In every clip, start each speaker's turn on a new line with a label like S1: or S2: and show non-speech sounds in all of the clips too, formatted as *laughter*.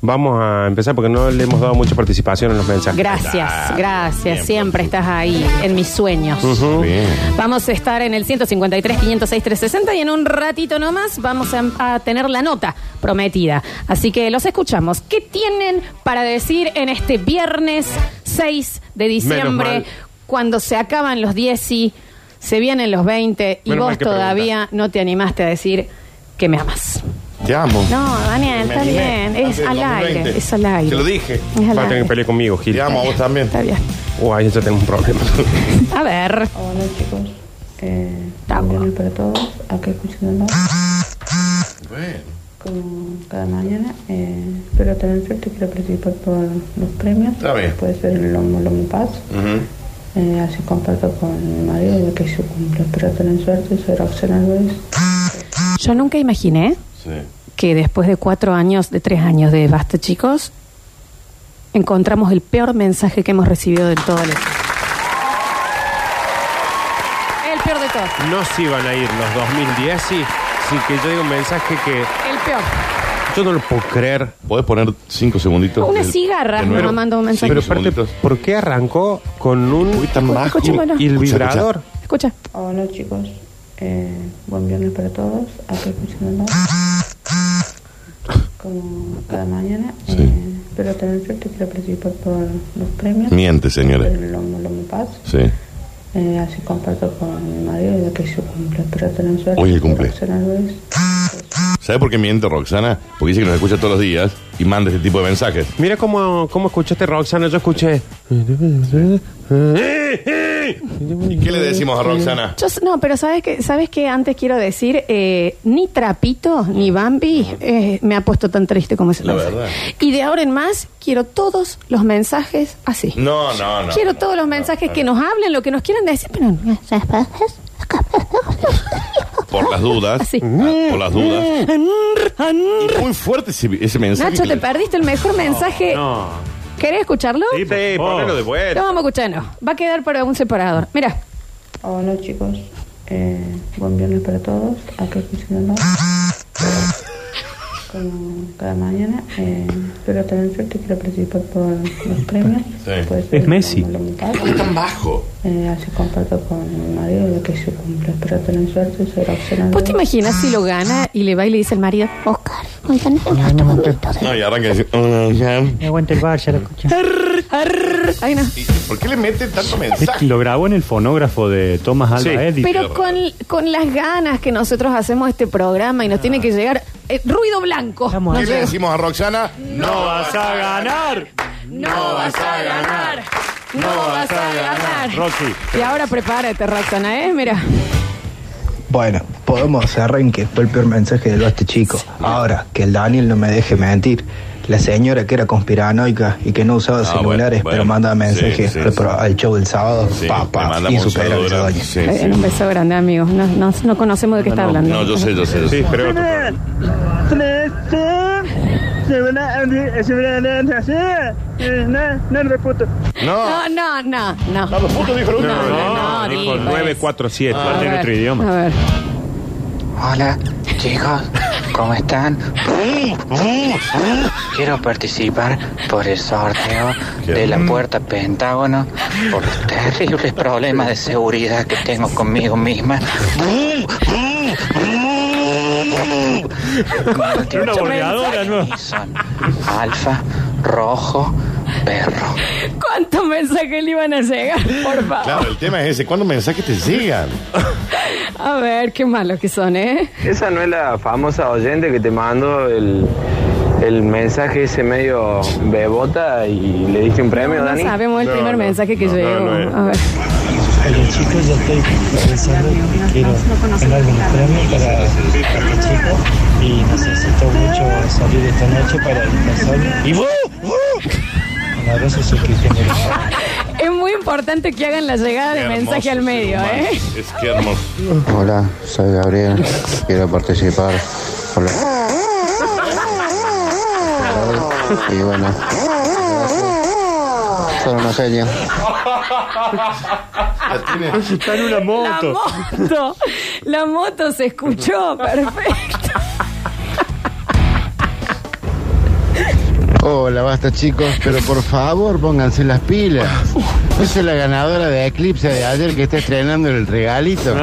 S1: Vamos a empezar porque no le hemos dado mucha participación en los mensajes.
S2: Gracias, gracias. Siempre estás ahí, en mis sueños.
S3: Bien.
S2: Vamos a estar en el 153, 506, 360 y en un ratito nomás vamos a, a tener la nota prometida. Así que los escuchamos. ¿Qué tienen para decir en este viernes 6 de
S1: mal.
S2: diciembre, cuando se acaban los 10 y se vienen los 20 y
S1: Menos mal
S2: vos
S1: que
S2: todavía no te animaste a decir que me amas?
S3: Te amo.
S2: No, Daniel,
S3: Me
S2: está
S3: animé
S2: bien.
S3: antes
S2: Es
S3: del
S2: al
S3: 2020.
S2: aire, es al aire.
S3: Te lo dije.
S2: Es al
S1: Va a tener
S2: aire.
S1: que pelear conmigo, Gil.
S3: Te amo a vos también.
S2: Está bien.
S1: Uy, ahí ya tenemos un problema.
S2: *laughs* A ver.
S4: Hola chicos, eh,
S2: Taco.
S4: un viernes para todos, acá escuchando
S3: Bueno.
S4: como cada mañana. Eh, espero tener suerte, quiero participar por los premios.
S3: Está bien.
S4: Puede ser el Lomo Lomo Paz.
S3: Ujú.
S4: Eh, así comparto con mi marido ya que es su cumple. Espero tener suerte, soy Roxana Luis.
S2: Yo nunca imaginé
S3: Sí.
S2: que después de cuatro años, de tres años de Basta Chicos, encontramos el peor mensaje que hemos recibido de todo el equipo. El peor de todos,
S1: *laughs* No se iban a ir los 2010 sí, sí que yo digo un mensaje que
S2: el peor.
S1: yo no lo puedo creer.
S3: ¿Podés poner cinco segunditos?
S2: Una
S3: del-
S2: cigarra,
S3: de
S2: nos
S3: nuevo?
S2: mandó un mensaje.
S3: Cinco
S1: Pero aparte,
S3: segunditos.
S1: ¿por qué arrancó con
S3: Uy,
S1: un
S3: tan bajo.
S2: escúchamelo.
S1: y el
S3: Escucha,
S1: vibrador?
S3: escucha.
S2: Escucha,
S4: Hola chicos, eh, buen viernes para todos, acá escuchando como cada mañana.
S3: Sí.
S4: Eh, espero tener suerte, quiero participar por los premios.
S3: Miente, señora.
S4: Puede ser el Lomo Lomo Paz.
S3: Sí.
S4: Eh, así comparto con mi marido ya que es su cumple. Espero tener suerte.
S3: Hoy es el cumple.
S4: Roxana Luis.
S3: ¿Sabes por qué miente Roxana? Porque dice que nos escucha todos los días y manda este tipo de mensajes.
S1: Mira cómo, cómo escuchaste Roxana, yo escuché.
S3: ¿Y qué le decimos a Roxana?
S2: yo, s- no, pero ¿sabes qué, ¿sabes qué antes quiero decir? Eh, ni Trapito, ni Bambi eh, me ha puesto tan triste como ese
S3: La
S2: mensaje.
S3: verdad.
S2: Y de ahora en más, quiero todos los mensajes así.
S3: No, no, no.
S2: Quiero
S3: no,
S2: todos los
S3: Mm. no,
S2: mensajes
S3: no,
S2: que nos hablen, lo que nos quieran decir, pero no.
S3: Por las dudas.
S2: Así.
S3: Ah, por las dudas. Y muy fuerte ese, ese mensaje.
S2: Nacho,
S3: que
S2: te
S3: le-
S2: perdiste el mejor mensaje.
S1: No.
S2: ¿Querés escucharlo?
S1: Sí,
S3: Sí, ponelo de
S2: Lo
S3: vuelta.
S2: vamos a escuchar, no. Va a quedar para un separador. Mira,
S4: Hola chicos, eh, buen viernes para todos.
S3: *laughs*
S4: Acá escuchando como cada mañana. Eh, espero tener suerte. Quiero participar por los premios.
S3: Sí.
S4: Puede ser
S1: Es Messi.
S4: el Lomo Lomo Paz.
S3: tan bajo?
S4: Eh, así comparto con mi marido ya que es su cumple. Espero tener suerte. Soy Roxana
S2: ¿vos Pues te
S4: Luis.
S2: imaginas si lo gana y le va y le dice el marido? Oscar, hoy gané.
S3: No, y arranca a decir. "Ujú".
S5: Me aguanta el bar, ya lo
S6: Mm.
S5: escuché.
S2: Arr, arr. Ay, no.
S3: ¿Y ¿Por qué le mete tanto mensaje?
S7: Lo grabó en el fonógrafo de ¿eh? Thomas Alva
S1: Sí.
S7: Edison.
S2: Pero con, con las ganas que nosotros hacemos este programa y nos tiene que llegar eh, ruido blanco.
S5: Estamos
S2: Nos
S3: ¿Qué le
S2: llega.
S3: decimos a Roxana?
S7: ¡No vas a ganar!
S2: No vas a ganar. No vas a ganar.
S7: Roxy.
S2: Y ahora prepárate, Roxana, ¿eh? Mira.
S6: Bueno, podemos cerrar en que fue el peor mensaje del este chico. Ahora, que el Daniel no me deje mentir. La señora que era conspiranoica y que no usaba
S3: bueno,
S6: celulares,
S3: Ah, bueno.
S6: pero mandaba
S3: Sí,
S6: mensajes
S3: sí,
S6: repro-
S3: sí.
S6: al show del sábado,
S3: Sí, le
S6: papá,
S3: mandamos un
S6: insuperable esa
S3: saludo.
S6: doña.
S3: Sí,
S2: Eh,
S3: sí.
S2: Un beso grande, amigos. No, no- no conocemos de qué está hablando.
S3: No, yo sé, yo sé. yo
S1: Sí,
S3: sé.
S1: pero otro.
S3: No.
S2: No, no, no, no.
S3: No, Ah. los putos dijo uno.
S1: No, no,
S7: Ah,
S2: no,
S1: Ah, dijo
S2: dijo
S1: 947.
S2: A
S7: en
S2: ver,
S7: otro idioma.
S2: A ver.
S8: Hola, chicos, ¿cómo están? Quiero participar por el sorteo de la puerta Pentágono por los terribles problemas de seguridad que tengo conmigo misma.
S7: Una bordeadora nueva.
S8: Son alfa, rojo, perro.
S2: ¿Cuántos mensajes le iban a llegar? Por favor.
S3: Claro, el tema es ese. ¿Cuándo mensajes te llegan?
S2: A ver, qué malos que son, ¿eh?
S9: Esa no es la famosa oyente que te mandó el, el mensaje ese medio bebota y le diste un premio,
S2: No
S9: Dani.
S2: sabemos el
S1: No,
S2: primer
S1: no,
S2: mensaje que
S1: no, no,
S2: llegó.
S1: no es.
S2: A ver.
S10: Los chicos ya estoy pensando que quiero en algunos premios para, para los chicos y necesito mucho salir esta noche para descansar. ¡Y vos! Un abrazo, soy Cristian Guerrero.
S2: *laughs* Es muy importante que hagan la llegada de
S3: Qué hermoso
S2: mensaje al
S3: ser
S2: medio,
S3: humano.
S2: ¿eh?
S3: Es que hermoso.
S8: Hola, soy Gabriel. Quiero participar por los... Y bueno, son una genia.
S3: La tiene-
S7: Está en una
S2: La
S7: moto.
S2: moto. La moto se *laughs* escuchó. Perfecto.
S5: Hola, basta chicos, pero por favor pónganse las pilas. Esa es la ganadora de Eclipse de ayer que está estrenando el regalito.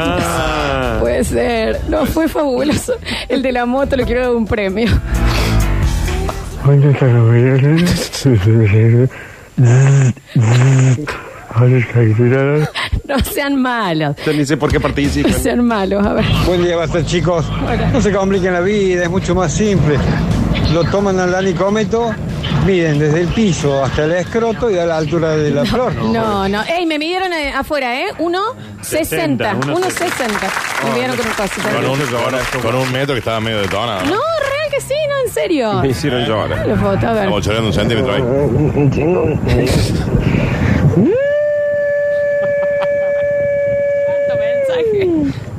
S2: Puede ser. No, fue fabuloso. El de la moto le quiero dar un premio. *laughs* No sean malos.
S3: Yo ni sé por qué
S2: No
S3: participan.
S2: sean malos. A ver.
S11: Buen día, basta chicos. No se compliquen la vida, es mucho más simple. Lo toman al anicómetro, miren desde el piso hasta el escroto y a la altura de la flor.
S2: No, no. Ey, me midieron eh, afuera, ¿eh? 1,60.
S3: 60,
S2: 1,60. Me midieron con un paso.
S3: Con un, con, un metro que estaba medio detonado.
S2: No, real que sí, no, en serio.
S3: Me hicieron llorar.
S2: La foto, a ver.
S3: Estamos llorando un centímetro ahí.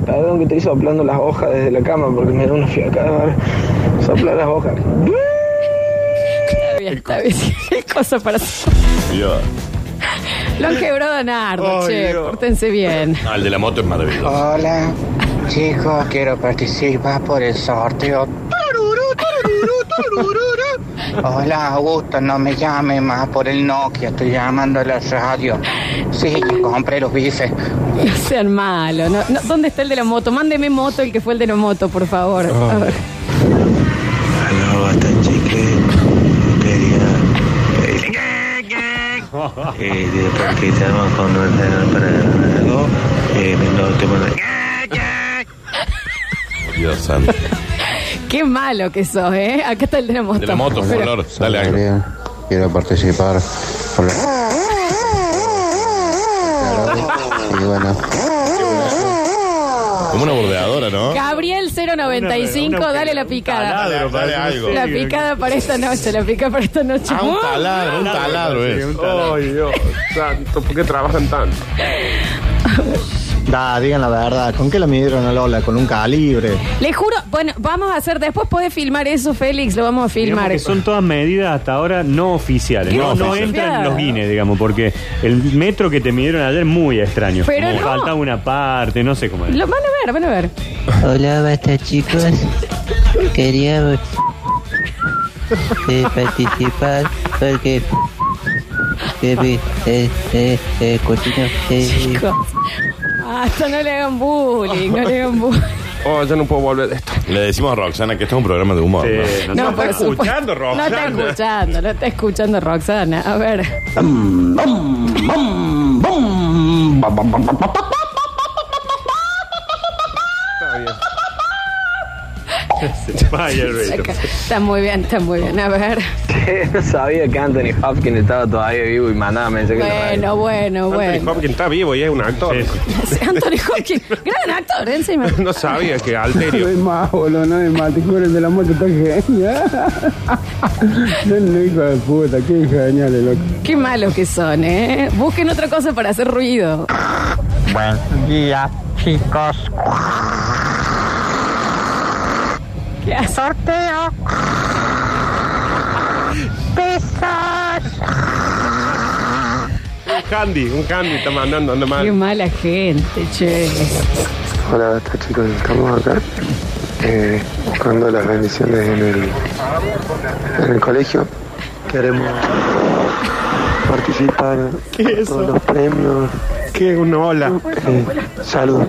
S9: Perdón que estoy soplando las hojas desde la cama porque me da una fiaca. Sopla las hojas.
S2: Está bien, está bien. *laughs* Qué cosa para.
S3: Dios.
S2: Lo han quebrado a Nardo,
S3: Ay,
S2: che.
S3: Dios.
S2: Pórtense bien.
S3: No, el de la moto es maravilloso.
S8: Hola, chicos, quiero participar por el sorteo. Hola, Augusto, no me llame más por el Nokia, estoy llamando a la radio. Sí, compré los bices.
S2: No sean malos. No, no, ¿Dónde está el de la moto? Mándeme moto, el que fue el de la moto, por favor.
S3: Ah.
S2: A ver.
S10: Aló, hasta chique. Quería pedir eh, de porque estamos con un ordenador para algo. Eh, no te mando-
S3: Dios santo.
S2: Qué malo que sos, ¿eh? Acá está el de la moto.
S3: De la moto,
S2: Pero-
S3: color. Dale, Ángel.
S5: Quiero participar. por la- Y bueno,
S3: Como una bordeadora, ¿no?
S2: Gabriel 095,
S3: Una- una-
S2: dale la picada.
S3: Taladro, dale algo.
S2: La picada para esta noche, la picada para esta noche.
S3: Ah, un taladro, un taladro es.
S7: Ay, Dios santo, ¿por qué trabajan tanto?
S6: Da, digan la verdad, ¿con qué la midieron a Lola? Con un calibre.
S2: Le juro, bueno, vamos a hacer, después podés filmar eso, Félix, lo vamos a
S7: Digamos
S2: filmar.
S7: que son todas medidas hasta ahora no oficiales.
S2: ¿Qué
S7: No, no
S2: oficiales?
S7: entran en los guines, digamos, porque el metro que te midieron ayer es muy extraño.
S2: Pero
S7: Como
S2: no.
S7: Faltaba una parte, no sé cómo es.
S2: Lo van a ver, van a ver.
S12: Hola, basta chicos. Quería eh, participar porque eh, eh, eh, eh, cochino, eh,
S2: Hasta no le hagan bullying, no le hagan bullying.
S3: Oh, yo no puedo volver de esto. Le decimos a Roxana que esto es un programa de humor.
S7: Sí,
S3: ¿no?
S2: No, pues, por supuesto. No está escuchando, no está escuchando Roxana. A ver.
S7: Vaya, Alberto.
S2: Está muy bien, está muy bien. A ver.
S9: No *laughs* sabía que Anthony Hopkins estaba todavía vivo y mandaba mensajes.
S2: Bueno, bueno, bueno.
S13: Hopkins está vivo y es un actor. *laughs*
S2: *laughs* Anthony Hopkins, gran actor, encima.
S13: No sabía que Alterio.
S14: No es más, boludo, no es más. Te juro, el de la moto está genial. *laughs* No es un hijo de puta, qué genial el loco.
S2: Qué malos que son, ¿eh? Busquen otra cosa para hacer ruido.
S15: Buen día, chicos.
S2: ¿Qué hace?
S15: Sorteo. Pesos.
S13: Un candy, un candy está mandando, anda
S2: Qué
S13: mal.
S2: mala gente, che.
S16: Hola, basta chicos, estamos acá eh, buscando las bendiciones en el, en el colegio. Queremos participar
S13: ¿Qué es
S16: todos
S13: eso?
S16: los premios.
S13: ¿Qué es una ola?
S16: Salud.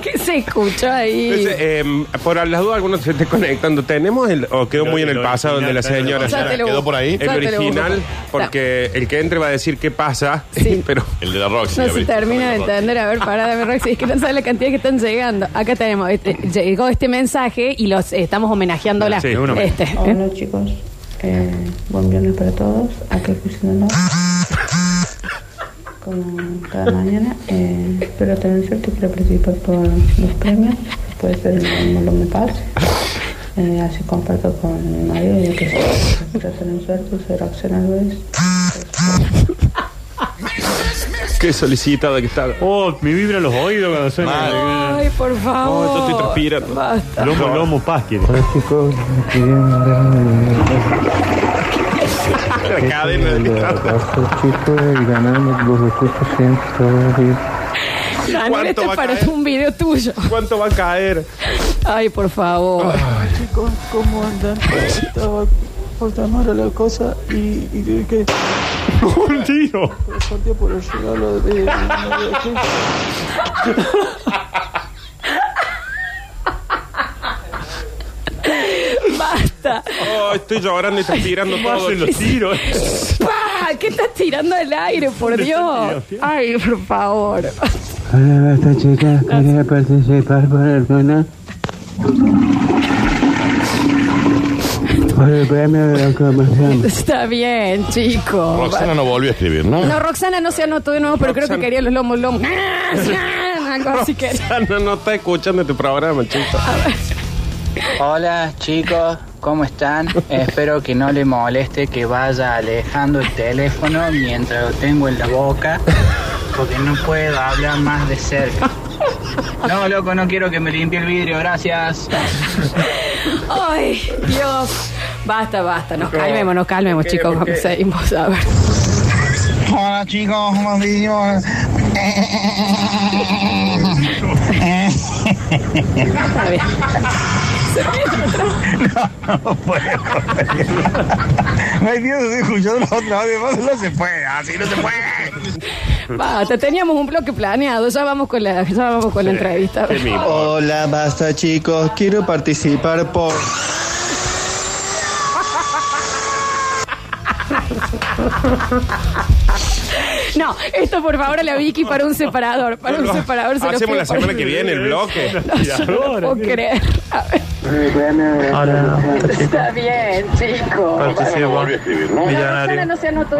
S2: ¿Qué se escuchó ahí?
S13: Entonces, eh, por las dudas, algunos se estén conectando. ¿Tenemos el, o quedó muy en el pasado el de la señora?
S2: Ya te lo ¿Quedó busco, por ahí?
S13: El
S2: ya te lo
S13: original,
S2: busco.
S13: porque el que entre va a decir qué pasa, *laughs* pero...
S3: El de la Roxy.
S2: No se termina de entender. A ver, pará, dame Roxy. Es que no sabes la cantidad que están llegando. Acá tenemos, este, llegó este mensaje y los eh, estamos homenajeando la.
S4: Sí, uno menos.
S2: este, ¿eh?
S4: Hola chicos, eh, buen viernes para todos. Acá escuchándonos como cada mañana. eh, espero tener suerte quiero participar por los premios. Puede ser el mundo me pase. Eh, así comparto con mi marido y yo que sé. Espero tener suerte, soy Roxana Luis.
S13: Qué solicitada que está. Oh, me vibran los oídos cuando suena.
S2: Ay, por favor.
S13: Oh, estoy transpirando. Lomo, lomo, paz
S5: *laughs*
S13: quiere.
S10: Hola chicos, quería mandar
S13: La cadena de
S10: chicos y ganamos los recursos siempre todos los días.
S2: Daniel, esto es para este un video tuyo.
S13: ¿Cuánto va a caer?
S2: Ay, por favor.
S15: Chicos, ¿cómo andan? Estaba
S10: porta mal la cosa y, y tiene que.
S13: ¡Un tío!
S10: Sorteo por el regalo de.
S2: Basta.
S13: Oh, estoy llorando y estás *laughs* tirando todo.
S2: Pasen los
S13: tiros.
S2: ¡Pah! ¿Qué estás tirando al aire, por Dios? Ay, por favor.
S14: Hola, basta chicas, ¿quería participar por el canal? Por el premio de la comerciante.
S2: Está bien, chico.
S3: Roxana no volvió a escribir, ¿no?
S2: No, Roxana no se anotó de nuevo, pero creo que quería los lomos lomos. Algo así que.
S13: Roxana no está escuchando tu programa, chico.
S8: Hola chicos, ¿cómo están? Espero que no le moleste que vaya alejando el teléfono mientras lo tengo en la boca, porque no puedo hablar más de cerca. No, loco, no quiero que me limpie el vidrio, gracias.
S2: Ay, Dios. Basta, basta. Nos calmemos, nos calmemos,
S8: ¿Por qué?
S2: chicos.
S8: ¿Por qué?
S2: Vamos, seguimos a ver.
S10: Hola chicos, buenos días. No, no puedo. No hay miedo de escucharlo otra vez más, no se puede, así no se puede.
S2: Basta, teníamos un bloque planeado. Ya vamos con la, ya vamos con la entrevista.
S17: Hola, basta chicos, quiero participar por...
S2: No, esto por favor a la Vicky para un separador. Para un separador se lo
S13: Hacemos la
S2: pido, por
S13: semana que viene el bloque.
S2: favor. No, yo no lo puedo creer. A ver. Está bien, chico.
S10: Participo.
S2: Vamos.
S10: Millonario.
S2: Roxana no se anotó.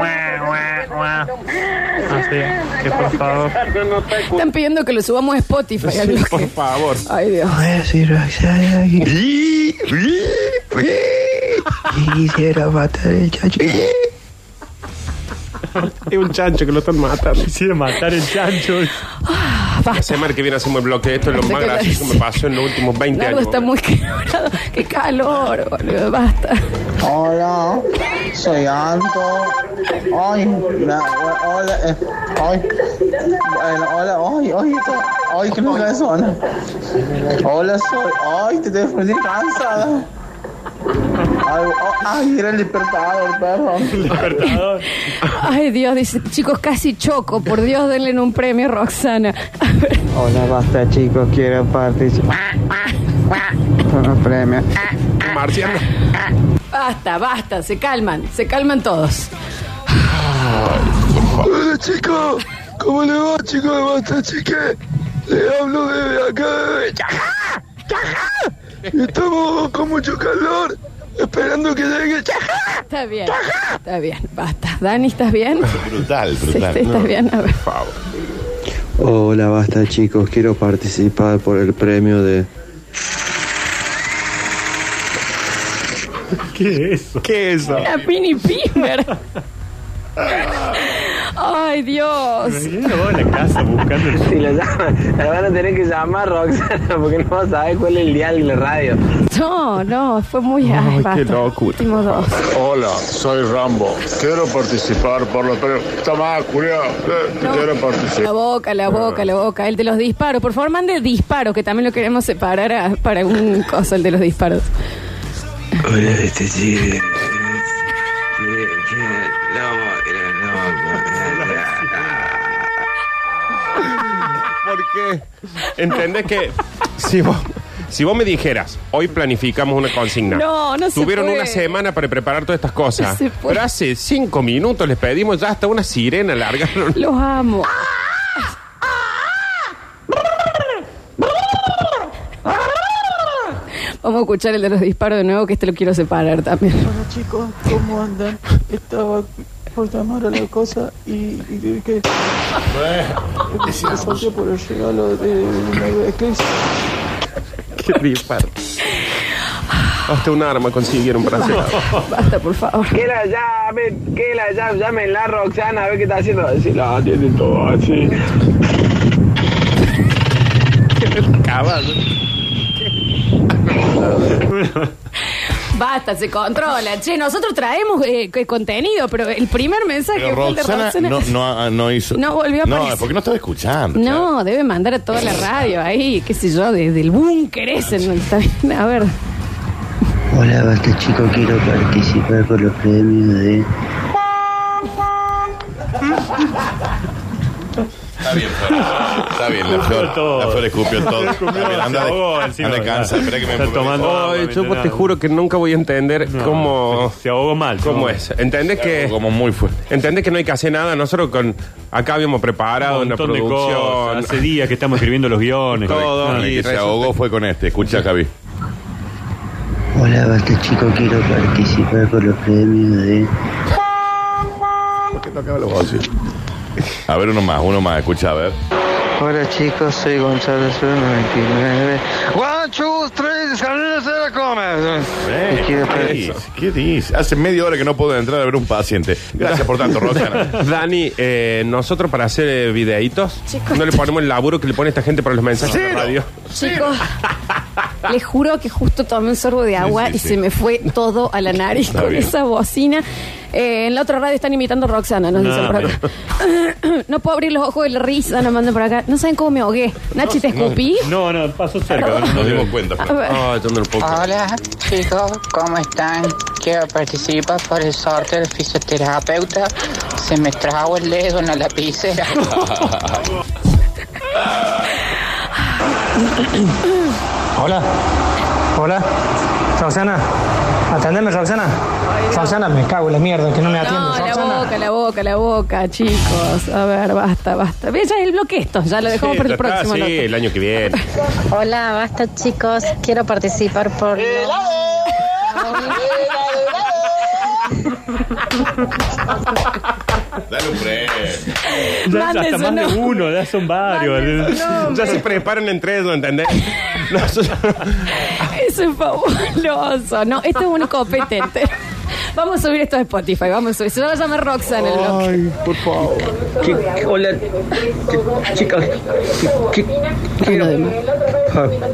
S10: Así que por favor.
S2: Están pidiendo que lo subamos a Spotify al bloque.
S10: por
S13: favor.
S2: Ay, Dios.
S10: Hola, soy Roxana. Y quisiera matar el chacho.
S13: Es un chancho que lo están
S3: *laughs*
S13: matando. Quisiera matar el chancho. La semana que viene hacemos el bloque. Esto es lo
S2: Pensé
S13: más
S2: que
S13: gracioso que me pasó en los últimos 20
S2: Nardo
S13: años.
S2: está muy *laughs* quebrado. Qué calor, boludo. Basta.
S10: Hola, soy Anto. Ay, na- hola, eh, ay, bueno, hola, ay, ay, esto- ay, qué nunca es hola. Hola, soy, ay, te debes sentir cansada. Ay, oh, ay, era el despertador, perdón. El despertador.
S2: Ay, Dios, dice, chicos, casi choco. Por Dios, denle un premio, Roxana.
S10: Hola, basta, chicos, quiero participar. Con los premios.
S13: Marciano.
S2: Ah. Basta, basta, se calman, se calman todos.
S10: Hola chicos, ¿cómo le va chicos de Basta Chique? Le hablo desde acá de Chajá, Chajá. Y Estamos con mucho calor, esperando que llegue Chajá.
S2: Está bien, está bien, basta. Dani, ¿estás bien?
S10: Ah,
S3: Brutal,
S2: Sí,
S3: brutal.
S2: sí, ¿Estás bien? A ver.
S17: Hola, basta chicos, quiero participar por el premio de...
S13: ¿Qué es eso? ¿Qué es eso?
S10: Ah.
S2: Era Pini Pimer. Ay, Dios.
S7: la casa buscando
S9: Si la llaman, la van a tener que llamar Roxana porque no vas a saber cuál es el dial de la radio.
S2: No, no, fue muy. Ay, basta. Últimos dos.
S18: Hola, soy Rambo. Quiero participar por los premios. Toma, culiao. Eh, Quiero
S2: La
S18: participar.
S2: boca, la boca, la boca. El de los disparos. Por favor, mande disparos, que también lo queremos separar a- para un coso, el de los disparos.
S10: Hola, este chico.
S13: Porque entendés que si vos, si vos me dijeras, hoy planificamos una consigna.
S2: No, no se
S13: Tuvieron
S2: puede.
S13: una semana para preparar todas estas cosas.
S2: No se puede.
S13: pero hace cinco minutos les pedimos ya hasta una sirena larga. *laughs*
S2: Los amo. Vamos a escuchar el de los disparos de nuevo, que este lo quiero separar también.
S10: Hola chicos, ¿cómo andan? Estaba por llamar a la cosa y, y tiene que... Me salté por el regalo de una eclipse.
S13: Qué
S2: *laughs*
S13: disparo. Hasta un arma consiguieron para hacer.
S2: Basta, por favor.
S9: Que la llamen, que la llamen, llámenla Roxana a ver qué está haciendo. Decir, la tiene todo así.
S13: Caballo.
S2: Basta, se controla. Che, nosotros traemos eh, que- contenido, pero el primer mensaje
S3: Pero
S2: fue el de
S3: Roxana
S2: Roxana.
S3: no, no, ah, no hizo.
S2: No volvió a
S3: No,
S2: aparecer.
S3: porque no estaba escuchando.
S2: No, debe mandar a toda la radio ahí, qué sé yo, desde el búnker ese. ¿no? Está bien, A ver.
S12: Hola, basta chico, quiero participar por los premios de...
S13: Está bien, Flor. Está bien, la flor. La flor escupió todo. Está bien, anda de- anda de cáncer. Espera que me
S3: Está tomando agua,
S13: Ay,
S3: viste,
S13: yo
S3: nada.
S13: te juro que nunca voy a entender cómo.
S3: Se ahogó mal.
S13: ¿Cómo es? ¿Entendés que.? Como muy fuerte. ¿Entendés que no hay que hacer nada? Nosotros con. Acá habíamos preparado
S3: Un
S13: una
S3: montón de
S13: producción.
S3: cosas. Hace días que estamos escribiendo los guiones.
S13: Todo.
S3: Ah,
S13: y
S3: que
S13: se
S3: resulta-
S13: ahogó fue con este. Escucha, Javi.
S12: Hola, basta chico, quiero participar por los premios de...
S13: ¿Por qué no acaba la voz? A ver, uno más, uno más. Escucha, a ver.
S12: Hola chicos, soy Gonzalo 099.
S10: One, two, three, Salinas se la come.
S13: Eh, ¿Qué dice? ¿Qué dice? Hace media hora que no puedo entrar a ver un paciente. Gracias por tanto, Roxana. *laughs*
S3: *laughs*
S13: Dani, eh, nosotros para hacer eh, videitos, no le ponemos el laburo que le pone esta gente para los mensajes de radio.
S2: Chicos, les juro que justo tomé un sorbo de agua
S13: sí,
S2: y
S13: sí.
S2: se me fue todo a la nariz
S13: Está
S2: con
S13: bien.
S2: esa bocina. Eh, en la otra radio están imitando a Roxana, nos dicen por acá. *coughs* no puedo abrir los ojos de la risa, nos mandan por acá. No saben cómo me ahogué. Nachi, ¿te escupí?
S3: No, no, pasó cerca.
S2: Perdón.
S3: no
S13: Nos dimos cuenta.
S2: A ver.
S13: yo no lo puedo creer.
S8: Hola chicos, ¿cómo están? Quiero participar por el sorteo del fisioterapeuta. Se me trajo el dedo en la lapicera.
S10: Hola. Hola. Roxana. Atendeme, Roxana. Roxana, me cago en la mierda que no me atiende.
S2: No, la
S10: Roxana.
S2: boca, la boca, la boca, chicos. A ver, basta, basta. Ve, Ya es el bloque esto, ya lo dejamos
S13: Sí,
S2: para el
S13: está,
S2: próximo.
S13: Sí,
S2: loco.
S13: el año que viene.
S4: Hola, basta chicos. Quiero participar por.
S13: Dale un premio.
S3: Ya hasta más de uno, ya son varios.
S2: Ah.
S13: Ya se preparan entre ellos,
S2: *laughs*
S13: ¿entendés? Nosotros-
S2: Eso es fabuloso. No, esto es un copete entero. Vamos a subir esto a Spotify, vamos a subir. Se va a llamar Roxana el bloque.
S10: Ay, por favor. hola, chicas.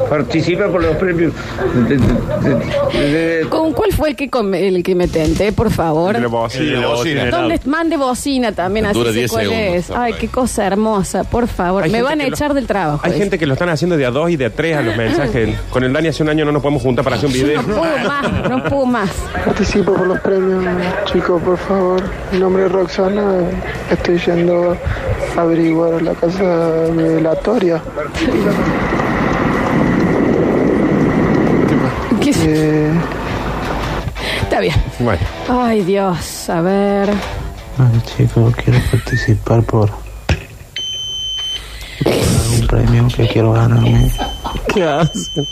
S10: Participa por los premios.
S2: ¿Con cuál fue el que, com- el que me tenté, por favor?
S10: El de la bocina.
S13: El de la bocina.
S2: ¿Dónde? Mande bocina también, así
S13: Dura
S2: sé
S13: 10
S2: cuál
S13: segundos,
S2: es.
S13: está
S2: Ay,
S13: por
S2: qué cosa hermosa, por favor.
S13: Hay
S2: me
S13: gente
S2: van a
S13: que lo-
S2: echar del trabajo.
S13: Hay
S2: dice.
S13: gente que lo están haciendo de a dos y de a tres a los mensajes.
S2: *laughs*
S13: Con el Dani hace un año no nos podemos juntar para hacer un video.
S2: No puedo más, no
S13: *laughs*
S2: puedo más.
S19: Participo por los premios, chicos, por favor. Mi nombre es Roxana. Estoy yendo a averiguar la casa de la Toria.
S2: Eh, Está bien.
S13: Bueno.
S2: Ay, Dios, a ver.
S12: Hola chicos, quiero participar por... Un premio que quiero ganarme.
S13: ¿Qué hacen?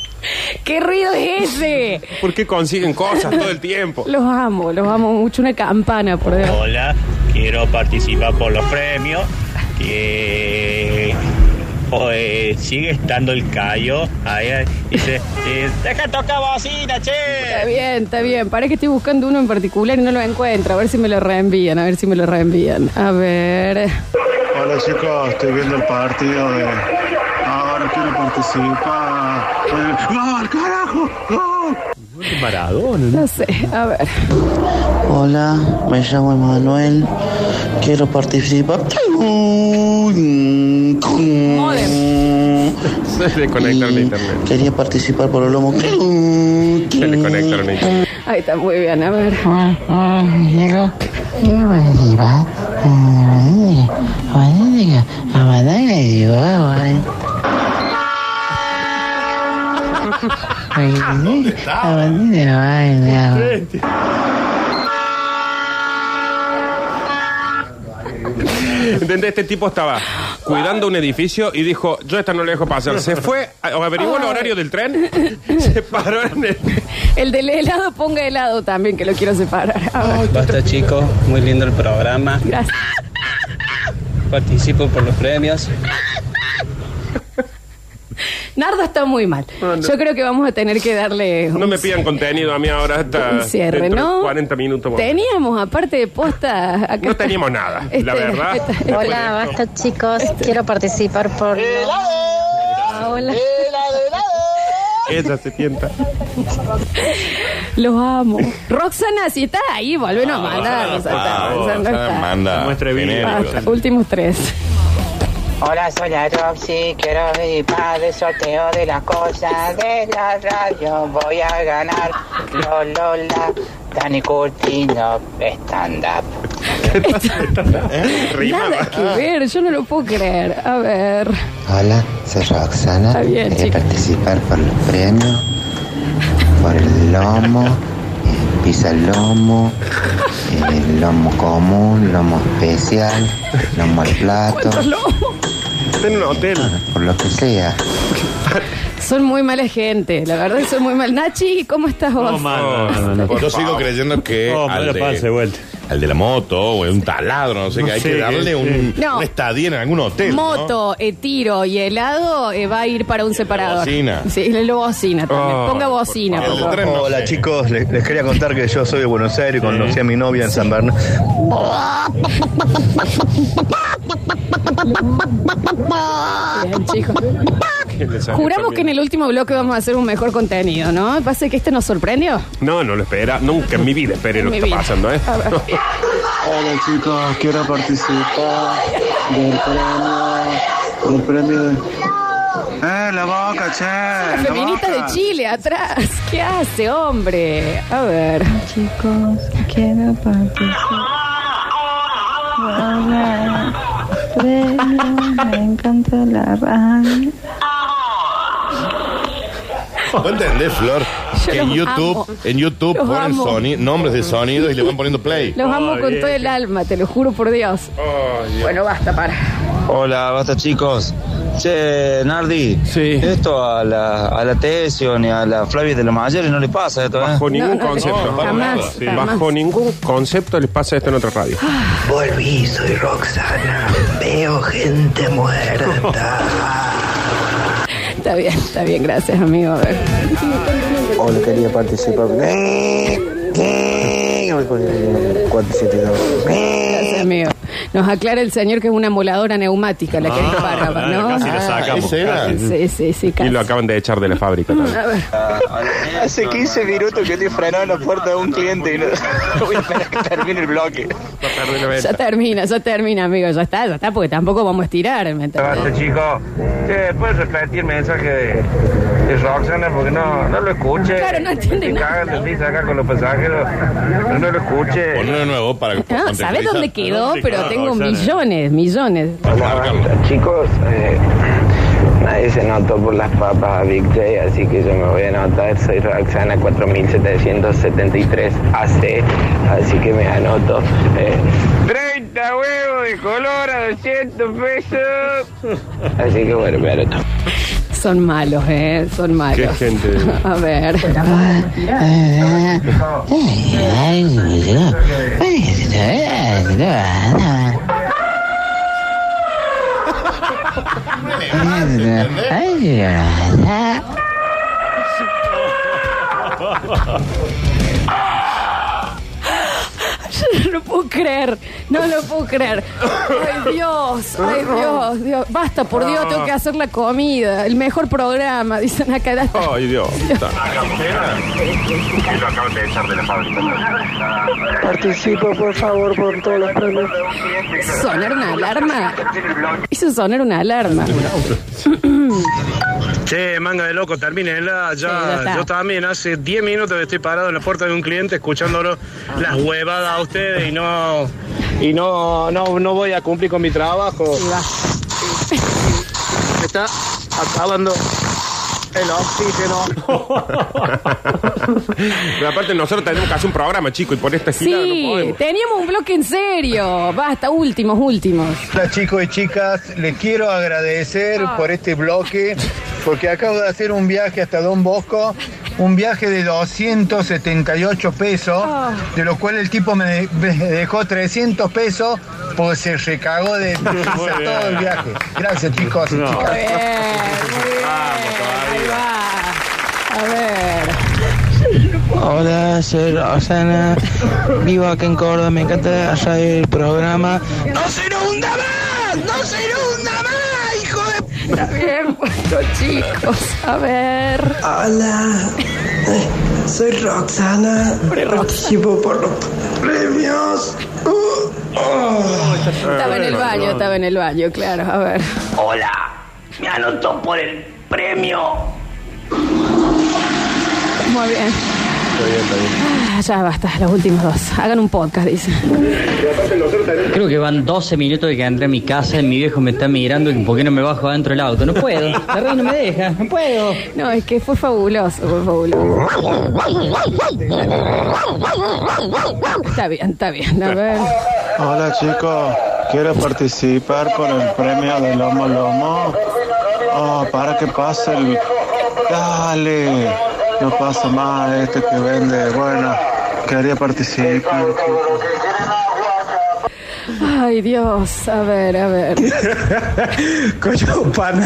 S2: ¿Qué ruido es ese?
S13: ¿Por qué consiguen cosas todo el
S2: *laughs*
S13: tiempo?
S2: Los amo, los amo mucho. Una campana, por Dios.
S7: Hola, quiero participar por los premios. Que eh, sigue estando el callo. Ahí eh, dice, eh, deja tocar bocina, che.
S2: Está bien, está bien. Parece que estoy buscando uno en particular y no lo encuentro. A ver si me lo reenvían, a ver si me lo reenvían. A ver.
S10: Hola chicos, estoy viendo el partido de. Ahora quiero participar. ¡No, al carajo!
S2: No sé, a ver.
S12: Hola, me llamo Emanuel. Quiero participar.
S13: Se le conectaron a internet.
S12: Quería participar por el lomo.
S13: Se le conectaron a internet.
S2: Ahí está muy bien, a ver.
S13: ¿Entendés? Este tipo estaba cuidando un edificio y dijo, yo esta no la dejo pasar. Se fue, a- averiguó el
S2: Ay.
S13: horario del
S2: *laughs*
S13: tren, se paró en el...
S2: El del helado, ponga helado también, que lo quiero separar. A ver.
S20: Basta chicos, muy lindo el programa.
S2: Gracias.
S20: Participo por los premios.
S2: Nardo está muy mal. Yo creo que vamos a tener que darle.
S13: No
S2: un
S13: me pidan contenido a mí ahora hasta
S2: Un cierre,
S13: dentro de
S2: ¿no?
S13: 40 minutos. bueno.
S2: Teníamos, aparte de posta. acá
S13: No
S2: está.
S13: teníamos nada, la
S2: Este,
S13: verdad.
S2: esta- esta-
S4: Hola, basta chicos. Quiero participar por. Ah, Hola.
S13: Ella se tienta.
S2: Los amo. Roxana, si estás ahí, volvenos a mandar.
S13: Ah, Roxana, manda.
S3: Muestra de vídeo.
S13: Genérico.
S2: Últimos tres.
S21: Hola, soy la Roxy, quiero participar del sorteo de las cosas de la radio. Voy a ganar Lolola, Lola, Dani Curtino, stand-up.
S2: Nada que ver, yo no lo puedo creer. A ver.
S12: Hola, soy Roxana.
S2: Está bien,
S12: Quería
S2: chico.
S12: participar por los premios, por el lomo, eh, pizza lomo, eh, lomo común, lomo especial, lomo al plato,
S2: ¿Cuántos lomos?
S13: en un hotel.
S2: Ah.
S12: por lo que sea.
S2: Son muy mala gente, la verdad que son muy mal. Nachi, ¿cómo estás vos?
S3: Yo sigo creyendo que
S13: Ah, No,
S3: al,
S13: no le pase
S3: de, al de la moto o de un taladro, no sé
S13: No
S3: qué, hay
S13: sé
S3: que
S13: qué, sí.
S3: darle un,
S2: No.
S3: una estadía en algún hotel. ¿no?
S2: Moto, eh, tiro y helado eh, va a ir para un separador.
S3: bocina.
S2: Sí, la bocina también.
S22: Oh,
S2: Ponga bocina. por favor.
S22: Hola chicos, le- les, quería contar que yo soy de Buenos Aires, conocí a mi novia en San Bernardo.
S2: Bien, chicos. Juramos que en el último bloque vamos a hacer un mejor contenido, ¿no? Pasa que este nos sorprendió.
S13: No, no lo espera. Nunca en mi vida esperé
S2: En
S13: lo que está
S2: mi vida.
S13: pasando, ¿eh? *laughs*
S2: A ver.
S23: Hola chicos, quiero participar del premio. Del premio ¡Eh, la boca, che!
S8: Ah,
S2: La feminista de Chile atrás. ¿Qué hace, hombre? A ver.
S4: Chicos, quiero participar. Hola, premio, me encanta la radio.
S3: ¿Vos entendés, Flor?
S2: *laughs* Yo
S3: Que en
S2: los
S3: YouTube,
S2: amo.
S3: en YouTube
S2: Los
S3: ponen
S2: amo.
S3: soni- nombres de sonidos y le van poniendo play.
S2: Los amo con todo el alma, te lo juro por Dios. bueno, basta, para.
S8: Hola, basta chicos. Che, Nardi. Esto a la, a la Tesio ni a la Flavia de la Mayer no le pasa esto, ¿eh?
S13: Bajo ningún
S8: no,
S13: concepto.
S8: no, jamás,
S13: Sí.
S8: jamás.
S13: Bajo ningún concepto les pasa esto en otra radio.
S2: Ah,
S23: Volví, soy Roxana. Veo gente muerta.
S2: Está bien, está bien, gracias, amigo. A ver.
S23: *laughs* Hola, quería participar. Voy con el 472.
S2: Gracias, amigo. Nos aclara el señor que es una moladora neumática la que
S13: Ah,
S2: disparaba, ¿no?
S13: casi lo sacamos.
S2: ese era.
S13: Casi.
S2: Sí, sí, sí,
S13: Y
S2: casi.
S13: lo acaban de echar de la fábrica también.
S2: A ver.
S8: Hace 15 minutos que estoy frenado en la puerta de un cliente y no, no *laughs* voy a esperar que termine el bloque.
S2: Ya termina, ya termina, amigo. Ya está, ya está, porque tampoco vamos a estirar. ¿me entendés?
S10: Basta, chicos. Che, ¿puedes eh, repetir el mensaje de, de Roxana? Porque no, no lo escuche.
S2: Claro, no entiende
S10: Se
S2: nada.
S10: cagan de risa acá con los pasajeros. No, no lo escuche.
S3: Ponlo de nuevo para que
S2: Ah, ¿Sabes dónde quedó? Pero tengo millones, millones.
S10: Hola, basta, chicos. Eh,
S8: Nadie se notó por las papas a Big J, así que yo me voy a anotar. Soy Roxana 4773 AC, así que me anoto. Eh,
S23: 30 huevos de color a 200 pesos.
S8: así que bueno, me anoto.
S2: Son malos, ¿eh? Son malos.
S8: Qué gente.
S2: *laughs* A ver. Yo *laughs* no lo puedo creer, no lo puedo creer. Ay Dios, ay Dios, Dios. Basta, por Dios, tengo que hacer la comida. El mejor programa, dicen acá. ya está.
S13: Ay, Dios.
S23: Y lo acaban de echar de la fábrica. Participo, por favor, por todos los premios.
S2: ¿Hizo sonar una alarma? Hizo sonar una alarma.
S10: Che, manga de loco, termínenla
S2: Sí, ya
S10: ya.
S2: está.
S10: Yo también hace 10 minutos que estoy parado en la puerta de un cliente escuchándolo las huevadas a ustedes y no y no no no voy a cumplir con mi trabajo. Me está acabando el oxígeno.
S13: Pero aparte nosotros tenemos que hacer un programa, chico, y por esta gira no
S2: Sí,
S13: podemos.
S2: teníamos un bloque en serio. Basta, últimos,
S13: *laughs*
S2: últimos.
S22: Hola chicos y chicas, les quiero agradecer por este bloque, porque acabo de hacer un viaje hasta Don Bosco, un viaje de 278 pesos, de lo cual el tipo me, de- me dejó 300 pesos, pues se recagó de risa
S23: Muy bien.
S22: todo el viaje. Gracias chicos y chicas.
S23: Muy bien,
S2: A ver.
S23: Hola, soy Rosana. Vivo acá en Córdoba, me encanta hacer el programa.
S21: ¡No se inunda más! ¡No se inunda más, hijo de...
S2: Está bien, bueno, chicos. A ver.
S23: Hola, soy Roxana. Participo por los premios. Uh,
S2: Estaba en el baño, estaba en el baño, claro. A ver.
S24: Hola, me anotó por el premio.
S2: Muy bien. Ah, ya basta, los últimos dos. Hagan un podcast, dice.
S4: Creo que van 12 minutos de que entré a mi casa y mi viejo me está mirando y por qué no me bajo adentro del auto. No puedo. La radio no me deja. No puedo.
S2: No, es que fue fabuloso, fue fabuloso. Está bien, está bien. A ver.
S12: Hola chicos, quiero participar por el premio de Lomo Lomo. Oh, para que pase el. Dale, no pasa más este que vende. Bueno, quería participar.
S2: Ay, Dios. A ver, a ver.
S7: Coño, pana.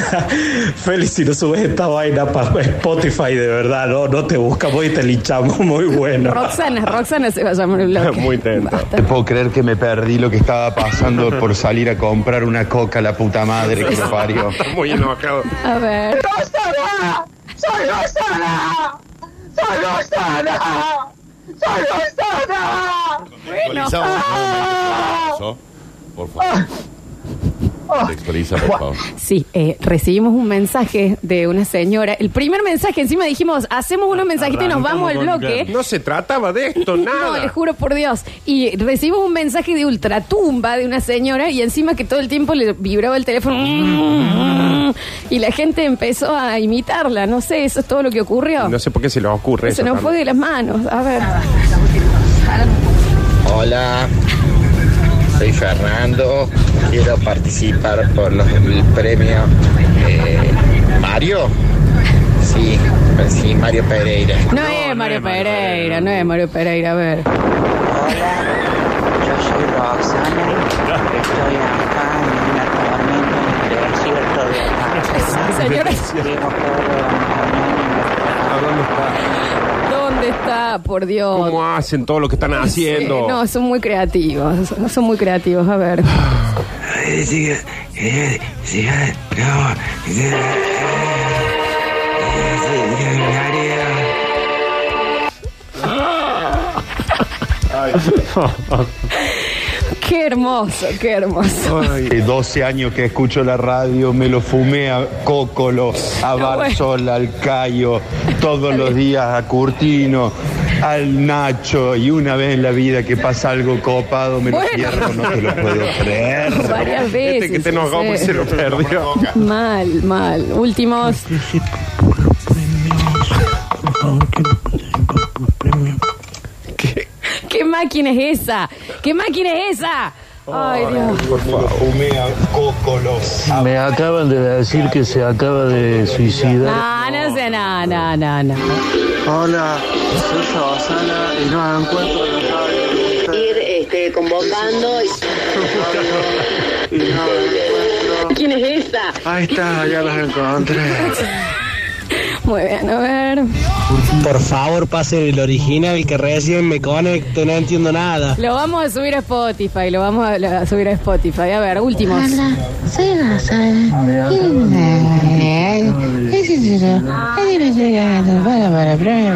S7: Félix, si no subes esta vaina para Spotify, de verdad, no, no te buscamos y te linchamos. Muy bueno.
S2: Roxana, Roxana se va a llamar el bloque.
S13: Muy tenta.
S12: No puedo creer que me perdí lo que estaba pasando
S3: *laughs*
S12: por salir a comprar una coca, la puta madre que me parió.
S13: Muy enojado.
S2: A ver.
S24: ¡Rosana! ¡Soy Rosana! ¡Soy Rosana! ¡Soy Rosana!
S3: Actualizamos nuevamente, por favor. Actualiza, por favor.
S2: Sí, eh, recibimos un mensaje de una señora. El primer mensaje, encima dijimos, hacemos unos mensajitos y nos vamos al bloque.
S13: No se trataba de esto,
S2: *laughs* No,
S13: nada.
S2: les juro por Dios. Y recibimos un mensaje de ultratumba de una señora y encima que todo el tiempo le vibraba el teléfono. Y la gente empezó a imitarla. No sé, eso es todo lo que ocurrió.
S13: No sé por qué se les ocurre
S2: Se
S13: eso.
S2: nos
S13: Carlos.
S2: fue de las manos. A ver.
S25: Hola, soy Fernando. Quiero participar por los- el premio eh, Mario. Sí, pues sí, Mario Pereira.
S2: No, es Mario Pereira, no es Mario Pereira. A ver.
S8: Yo soy Roxana, estoy acá en una tormenta en el desierto de
S2: Señores. ¿Dónde está? Por Dios.
S13: ¿Cómo hacen todo lo que están haciendo?
S2: Sí, no, son muy creativos. No son muy creativos. A ver. Qué hermoso, qué hermoso.
S12: Hace 12 años que escucho la radio, me lo fumé a Cócolo, a Barzola, al Cayo, todos los días a Curtino, al Nacho, y una vez en la vida que pasa algo copado, me
S2: Bueno.
S12: lo pierdo, no te lo puedo creer.
S2: Varias veces.
S13: Este que te enojó
S2: sí.
S13: pues se lo perdió.
S2: Mal, mal. Últimos. ¿Qué máquina es esa? ¿Qué máquina es esa? Ay, Dios.
S26: Me acaban de decir que se acaba de suicidar.
S2: No, no sé, no, no, no, no.
S26: Hola, soy Rosana y no encuentro
S24: Ir este,
S26: *laughs*
S24: convocando.
S2: ¿Quién es esa?
S26: Ahí está, ya los encontré.
S2: Muy bien, a ver.
S10: Por favor, pase el original que recién me conecto, no entiendo nada.
S2: Lo vamos a subir a Spotify, lo vamos a, a subir a Spotify. A ver, últimos.
S24: Soy Rosana. Es para para premio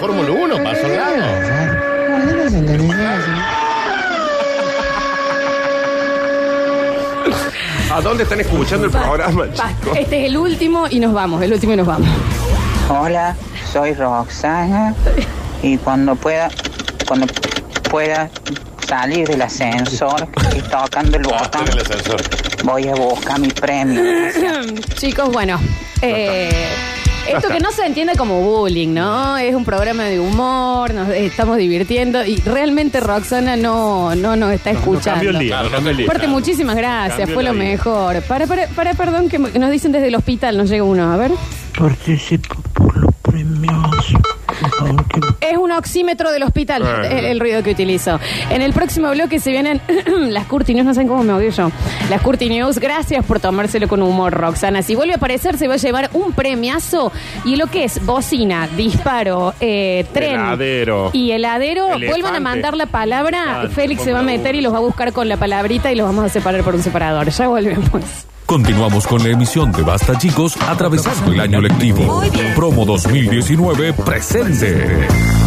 S3: Fórmula 1 pasó al lado.
S13: ¿A dónde están escuchando el programa, chicos?
S2: Este es el último y nos vamos, el último y nos vamos.
S8: Hola, soy Roxana y cuando pueda, cuando pueda salir del ascensor y tocando el
S3: Ah,
S8: botón, voy a buscar mi premio.
S2: Chicos, bueno. eh, esto que no se entiende como bullying, ¿no? Es un programa de humor, nos estamos divirtiendo y realmente Roxana no, no nos está escuchando.
S27: cambió el día, nos cambió el día.
S2: Aparte, muchísimas gracias,
S27: Cambió
S2: fue
S27: la
S2: lo
S27: vida.
S2: mejor. Para, para, para, perdón, que nos dicen desde el hospital, nos llega uno, a ver.
S10: Participo
S2: Es un oxímetro del hospital,
S10: Ah,
S2: el, el ruido que utilizo. En el próximo bloque se vienen *clears throat* las Curti News, no saben cómo me odio yo. Las Curti News, gracias por tomárselo con humor, Roxana. Si vuelve a aparecer, se va a llevar un premiazo. Y lo que es bocina, disparo, eh, tren
S13: Heladero.
S2: y heladero,
S13: Elefante.
S2: vuelvan a mandar la palabra.
S13: Elefante,
S2: Félix se va a meter y los va a buscar con la palabrita y los vamos a separar por un separador. Ya volvemos.
S28: Continuamos con la emisión de Basta Chicos atravesando el año lectivo. Promo 2019 presente.